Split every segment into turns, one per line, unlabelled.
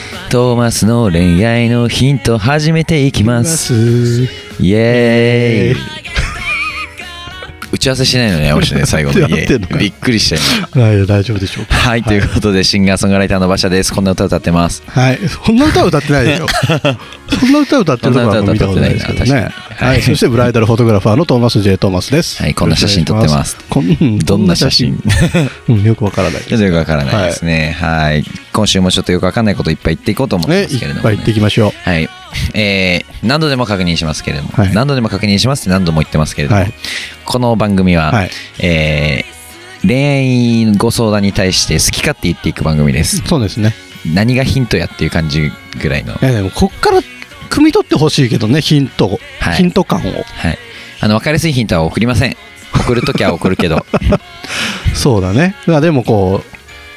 トーマスの恋愛のヒント始めていきますイエーイ打ち合わせしないのね俺ね最後 の
やって
家
んのか
びっくりしたよ
はい、大丈夫でしょうか。
はいということでシンガーソングライターの馬車ですこんな歌歌って ます
はい、そんな歌歌ってない でしょ。そんな歌歌ってるのは見たことないですけ
そ
ど
んな
ね。
歌歌ってないな確かに
は
はい
い、そしてブライダルフォトグラファーのトーマス J トーマスです。
はいこんな写真撮ってます
よろしくお願いします。こ
どんな写真
こんな真うんよくわからない。
ちょっとよくわからないですねはい今週もちょっとよくわかんないこといっぱい言っていこうと思うん
ね、
ですけ
い
れども、
っぱ
ね
い行ってきましょ
はいえー、何度でも確認しますけれども、
はい
何度でも確認しますって何度も言ってますけれ
う。
ども、
はい、
この番組は、
はい
えー恋愛ご相談に対して好き勝手言っていく番組です
そうですね。
何がヒントやっていう感じぐらいの、
いや、でも、こっから汲み取ってほしいけどね、ヒントを、
はい
ヒント感を。
はい、あの分かりやすいヒントは送りません送るときは送る けど
そうだね。まあ、でも、こ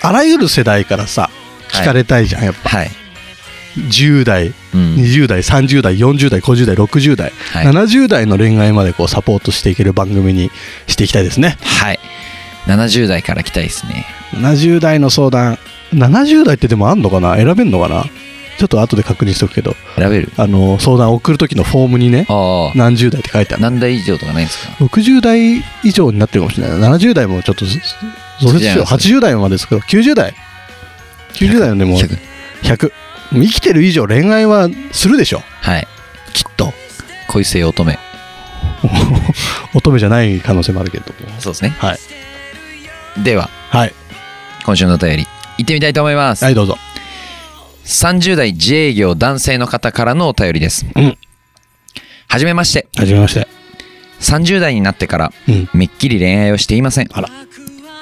う。あらゆる世代からさ。
はい
聞かれたいじゃん、やっぱ。
はい、
10代、
うん
20代30代40代50代60代、
はい
70代の恋愛までこうサポートしていける番組にしていきたいですね
はい、70代から来たいですね
70代の相談70代ってでもあんのかな選べんのかなちょっと後で確認しとくけど
選べる
あの相談送る時のフォームにね
ああ
何十代って書いてある
何代以上とかないんですか
60代以上になってるかもしれないな70代もちょっとず増設しよう80代までですけど90代90代のでも
100
100生きてる以上恋愛はするでしょ
はい
きっと
恋性乙女
乙女じゃない可能性もあるけども
そうですね
はい
では
はい
今週のお便り行ってみたいと思います、
はいどうぞ
30代自営業男性の方からのお便りです
うん
はじめまして
はじめまして
30代になってから
うん
めっきり恋愛をしていません
あら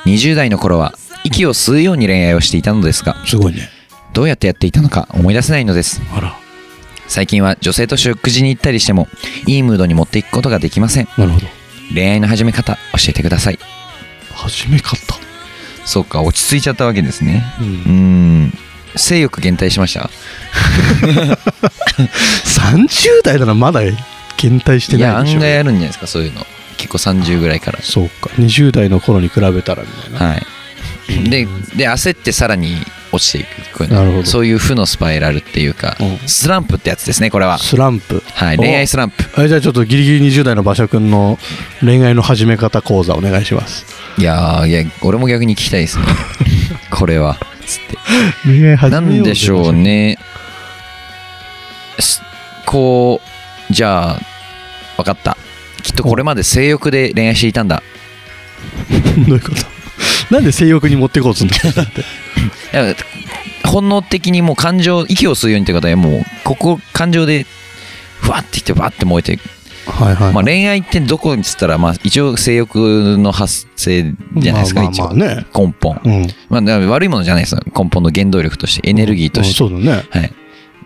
20代の頃は息を吸うように恋愛をしていたのですが
すごいね
どうやってやっていたのか思い出せないのです
あら
最近は女性と食事に行ったりしてもいいムードに持っていくことができません
なるほど
恋愛の始め方教えてください
始め方
そうか落ち着いちゃったわけですね
う
うー
ん
ん性欲減退しました
30代ならまだ減退して
いや
ないでし
案
ょ
外あるんじゃないですかそういうの結構30ぐらいから
そうか20代の頃に比べたらみたいな
はい、でで焦ってさらに落ちていくこういうの
なるほど
そういう負のスパイラルっていうか、
うん
スランプってやつですねこれは、
スランプ
はい、恋愛スランプ
はいじゃあちょっとギリギリ20代の馬車くんの恋愛の始め方講座お願いします
いやーいや俺も逆に聞きたいです ねこれはつって
恋愛始
な
めよ
んでしょうねすこうじゃあ分かったきっとこれまで性欲で恋愛していたんだ
どういうこと なんで性欲に持ってこうとするんですかって
いや本能的にもう感情息を吸うようにって方はもうここ感情でふわってきてバって燃えて
はいはい
まあ、恋愛ってどこにつったら、まあ、一応性欲の発生じゃないですか、
まあまあまあね
一応根本、
うん
まあ、だから悪いものじゃないですよ根本の原動力としてエネルギーとして、
うんそうだね
はい、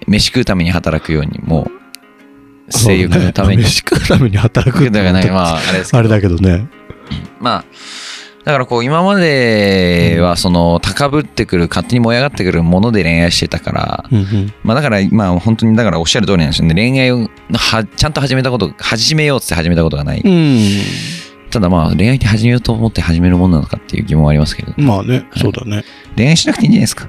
飯食うために働くようにもう性欲のために、
そうだね飯食うために働くって
だからなんかまああれですけ
あ
ど
れだけどね
まあだからこう今まではその高ぶってくる勝手に燃え上がってくるもので恋愛してたから、
うんうん
まあだから、まあ本当にだからおっしゃる通りなんですよね。恋愛をはちゃんと始めたこと、始めようって始めたことがない。ただまあ恋愛って始めようと思って始めるもんなのかっていう疑問はありますけど、
まあね、そうだね。
恋愛しなくていいんじゃないですか。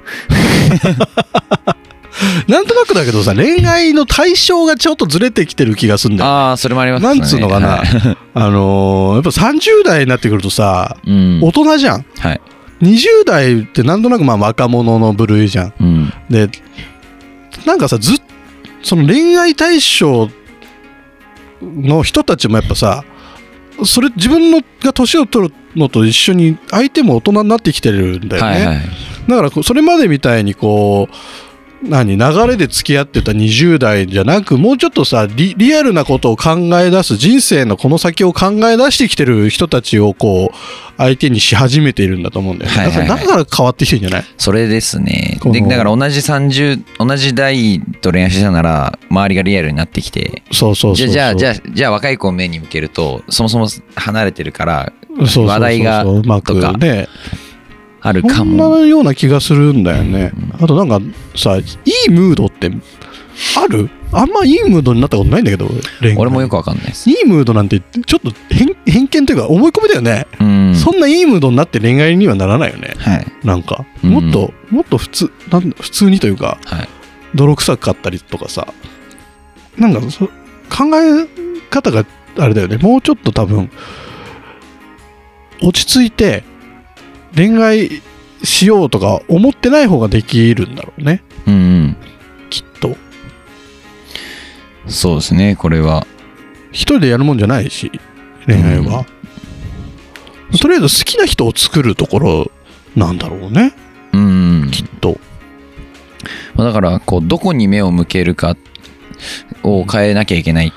なんとなくだけどさ、恋愛の対象がちょっとずれてきてる気がすんだよ。
ああ、それもあります
なんつうのかな
はい、
あのーやっぱ30代になってくるとさ、
うん。
大人じゃん。
はい。
20代ってなんとなくまあ若者の部類じゃん。
うん。
で、なんかさ、ずっその恋愛対象の人たちもやっぱさ、それ自分のが年を取るのと一緒に相手も大人になってきてるんだよね。
はいはい。
だからこうそれまでみたいにこ何流れで付き合ってた20代じゃなくもうちょっとさリリアルなことを考え出す人生のこの先を考え出してきてる人たちをこう相手にし始めているんだと思うんだよね、
はいはいはい
だからだから変わってきてるんじゃない
それですね
この
でだから同じ30同じ代と恋愛してたなら周りがリアルになってきて
そうそうそうそう
じゃあじゃあじゃあじゃあ若い子を目に向けるとそもそも離れてるから
そうそうそう
話題が
うま
と
く
か
ね
ある
そ
か
んな
も
ような気がするんだよねあとなんかさいいムードってあるあんまいいムードになったことないんだけど恋愛
俺もよくわかんないです
いいムードなんてちょっと偏偏見というか思い込みだよね、
うん
そんないいムードになって恋愛にはならないよね
はい
なんか
うん
もっと、もっと普通なん普通にというか
はい
泥臭かったりとかさなんかそ考え方があれだよねもうちょっと多分落ち着いて恋愛しようとか思ってない方ができるんだろうね
うん
きっと
うんそうですねこれは
一人でやるもんじゃないし恋愛は、とりあえず好きな人を作るところなんだろうね
うん
きっと
まあだからこうどこに目を向けるかを変えなきゃいけない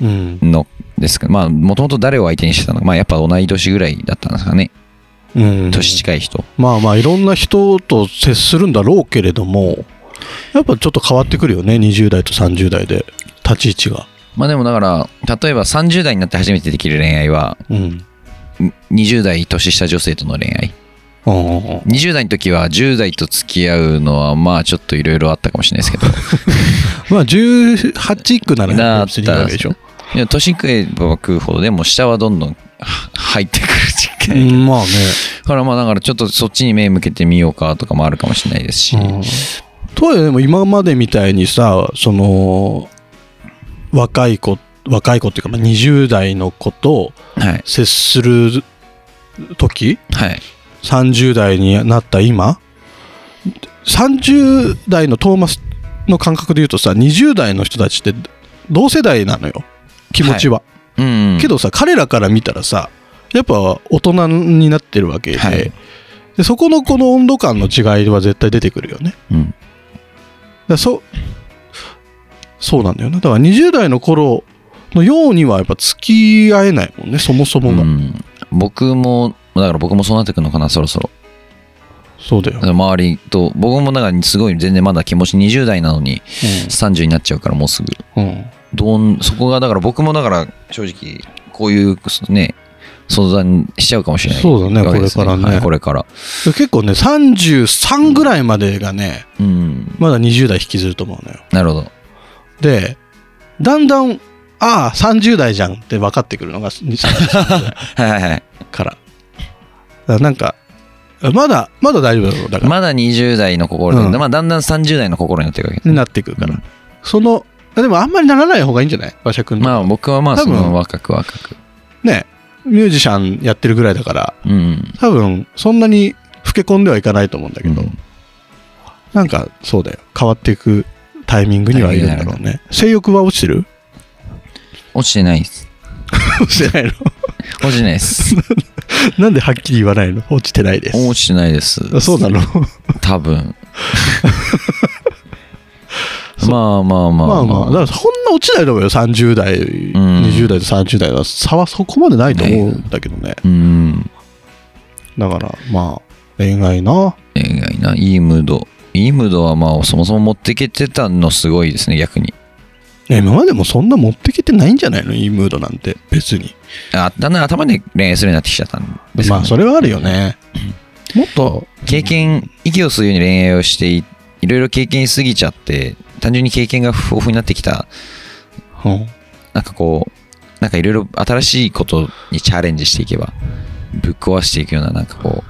うん
のですけどまあもともと誰を相手にしてたのかまあやっぱ同い年ぐらいだったんですかね
うん
年近い人
まあまあいろんな人と接するんだろうけれどもやっぱちょっと変わってくるよね20代と30代で立ち位置が、
まあでもだから例えば30代になって初めてできる恋愛は
うん、
ん20代年下女性との恋愛
あ
20代の時は10代と付き合うのはまあちょっといろいろあったかもしれないですけ ど
まあ18区なら
な
ね
あ
別にいいわけでしょ、
でも年食えば食うほどでも下はどんどんは入ってくる時
う
期だ
ん、まあ
からまあだからちょっとそっちに目向けてみようかとかもあるかもしれないですし、
ね、うん、とはいえでも今までみたいにさその若い子若い子っていうかまあ20代の子と
はい
接する時
はい
30代になった今30代のトーマスの感覚で言うとさ20代の人たちって同世代なのよ気持ちは、
うん
けどさ彼らから見たらさやっぱ大人になってるわけで,、
はい
でそこのこの温度感の違いは絶対出てくるよね
うん
だそそうなんだよなだから20代の頃のようにはやっぱ付き合えないもんねそもそもが、
うん僕もだから僕もそうなってくるのかなそろそろ
そうだよ、
だから周りと僕もだからすごい全然まだ気持ち20代なのに30になっちゃうからもうすぐ
うんうん
どんそこがだから僕もだから正直こういうね相談しちゃうかもしれない
そうだね
わけです
これからね
はいこれから
で結構ね33ぐらいまでがね
うん
まだ20代引きずると思うのよ
なるほど
でだんだんああ30代じゃんって分かってくるのが20
はいはいはい
からだからなんかまだまだ大丈夫だろうだから、
まだ20代の心で、
うん
まあ、だんだん30代の心になっていくわけ
になってくるから、
うん
そのでもあんまりならない方がいいんじゃない馬車君の、
まあ僕はまあ
多
そ
分
の若く若く
ねミュージシャンやってるぐらいだから
うん
多分そんなに老け込んではいかないと思うんだけど、
うん
なんかそうだよ変わっていくタイミングにはいるんだろうね性欲は落ちてる
落ちてないです
落ちてないの
落ちてないです
なんではっきり言わないの落ちてないです。
落ちてないです
あそうなの
多 分まあまあまあ
まあまあ、だからそんな落ちないと思うよ、30代、20代と30代は、差はそこまでないと思うんだけどね。
うん
だから、まあ、恋愛な。
恋愛ないいムードいいムードはまあそもそも持っていけてたのすごいですね逆に
ね今までもそんな持ってきてないんじゃないのいいムードなんて、別に。
あだんだん頭で恋愛するようになってきちゃったんですけど
まあ、それはあるよね。もっと、
経験息を吸うように恋愛をしていいろいろ経験しすぎちゃって単純に経験が豊富になってきた
うん
なんかこうなんかいろいろ新しいことにチャレンジしていけばぶっ壊していくようななんかこ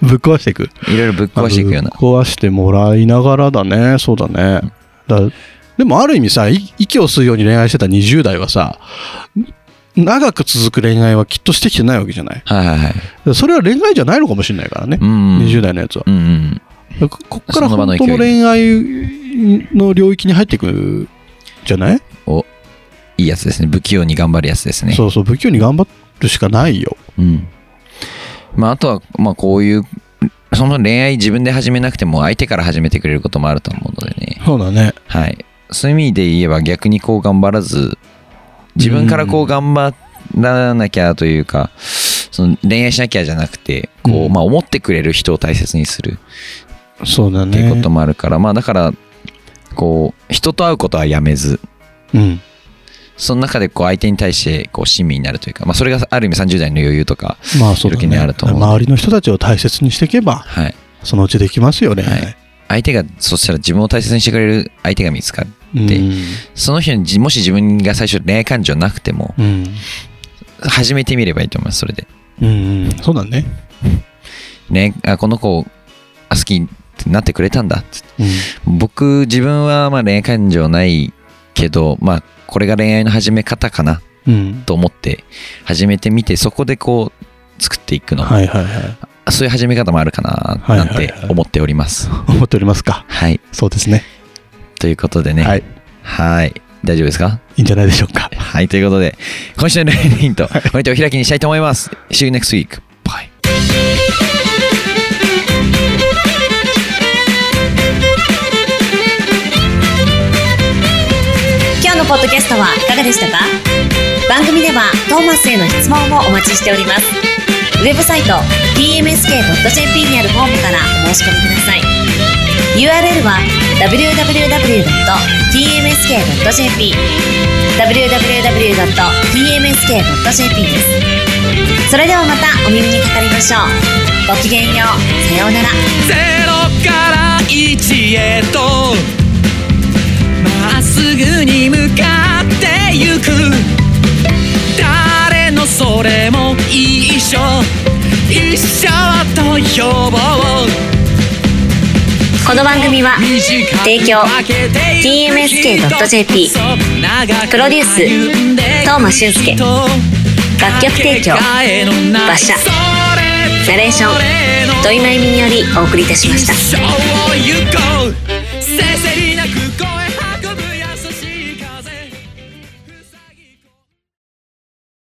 ぶっ壊していく。
ういろいろぶっ壊していくような
ぶっ壊してもらいながらだねそうだねだでもある意味さい息を吸うように恋愛してた20代はさ長く続く恋愛はきっとしてきてないわけじゃない
はいはいはい
それは恋愛じゃないのかもしれないからね
う、ん
20代のやつは
うんうん
ここっから
その場の
本
勢
当
いで
の恋愛の領域に入っていくじゃない、
おいいやつですね不器用に頑張るやつですね
そうそう不器用に頑張るしかないよ
うんまあ、あとは、まあ、こういうその恋愛自分で始めなくても相手から始めてくれることもあると思うのでね。
そうだね。
はい。そういう意味で言えば逆にこう頑張らず、自分からこう頑張らなきゃというか、その恋愛しなきゃじゃなくて、こ
う
う、
ん
まあ思ってくれる人を大切にする
そうだ
ってい
ね。
うこともあるから、まあだから、こう、人と会うことはやめず、
うん。
その中でこう相手に対してこう親身になるというか、まあそれがある意味30代の余裕とか、
まあそうだ
時に
ね。
あると思う
周りの人たちを大切にしていけば、
はい。
そのうちできますよね。
はい相手が、そしたら自分を大切にしてくれる相手が見つかる。
うん
でその人にじ、もし自分が最初恋愛感情なくても、
うん。
始めてみればいいと思います、それで。
うん。うんそうだね。
ね、あ、この子、あ好きってなってくれたんだっつって。
うん。
僕、自分はまあ恋愛感情ないけど、まあ、これが恋愛の始め方かな
うん。
と思って、始めてみて、そこでこう、作っていくの、
はいはいはい。
そういう始め方もあるかな、
はいは
ないん
はい
て思っております。はい
思っておりますか。そうですね。
ということでね。
はい。
はい大丈夫ですか
いいんじゃないでしょうか。
はい、ということで、今週の恋愛のヒント、これでお開きにしたいと思います。See you next week. Bye.
「今日のポッドキャストはいかがでしたか番組ではトーマスへの質問もお待ちしておりますウェブサイト tmsk.jp にあるフォームからお申し込みください URL は www.tmsk.jp www.tmsk.jp ですそれではまたお耳にかかりましょうごきげんようさようなら
ゼロから一へとまっすぐに向かってゆく誰のそれも一緒一緒と呼ぼう
この番組は提供 TMSK.jp プロデュース東間俊介楽曲提供馬車ナレーション土井真由美によりお送りいたしました
一生を行こう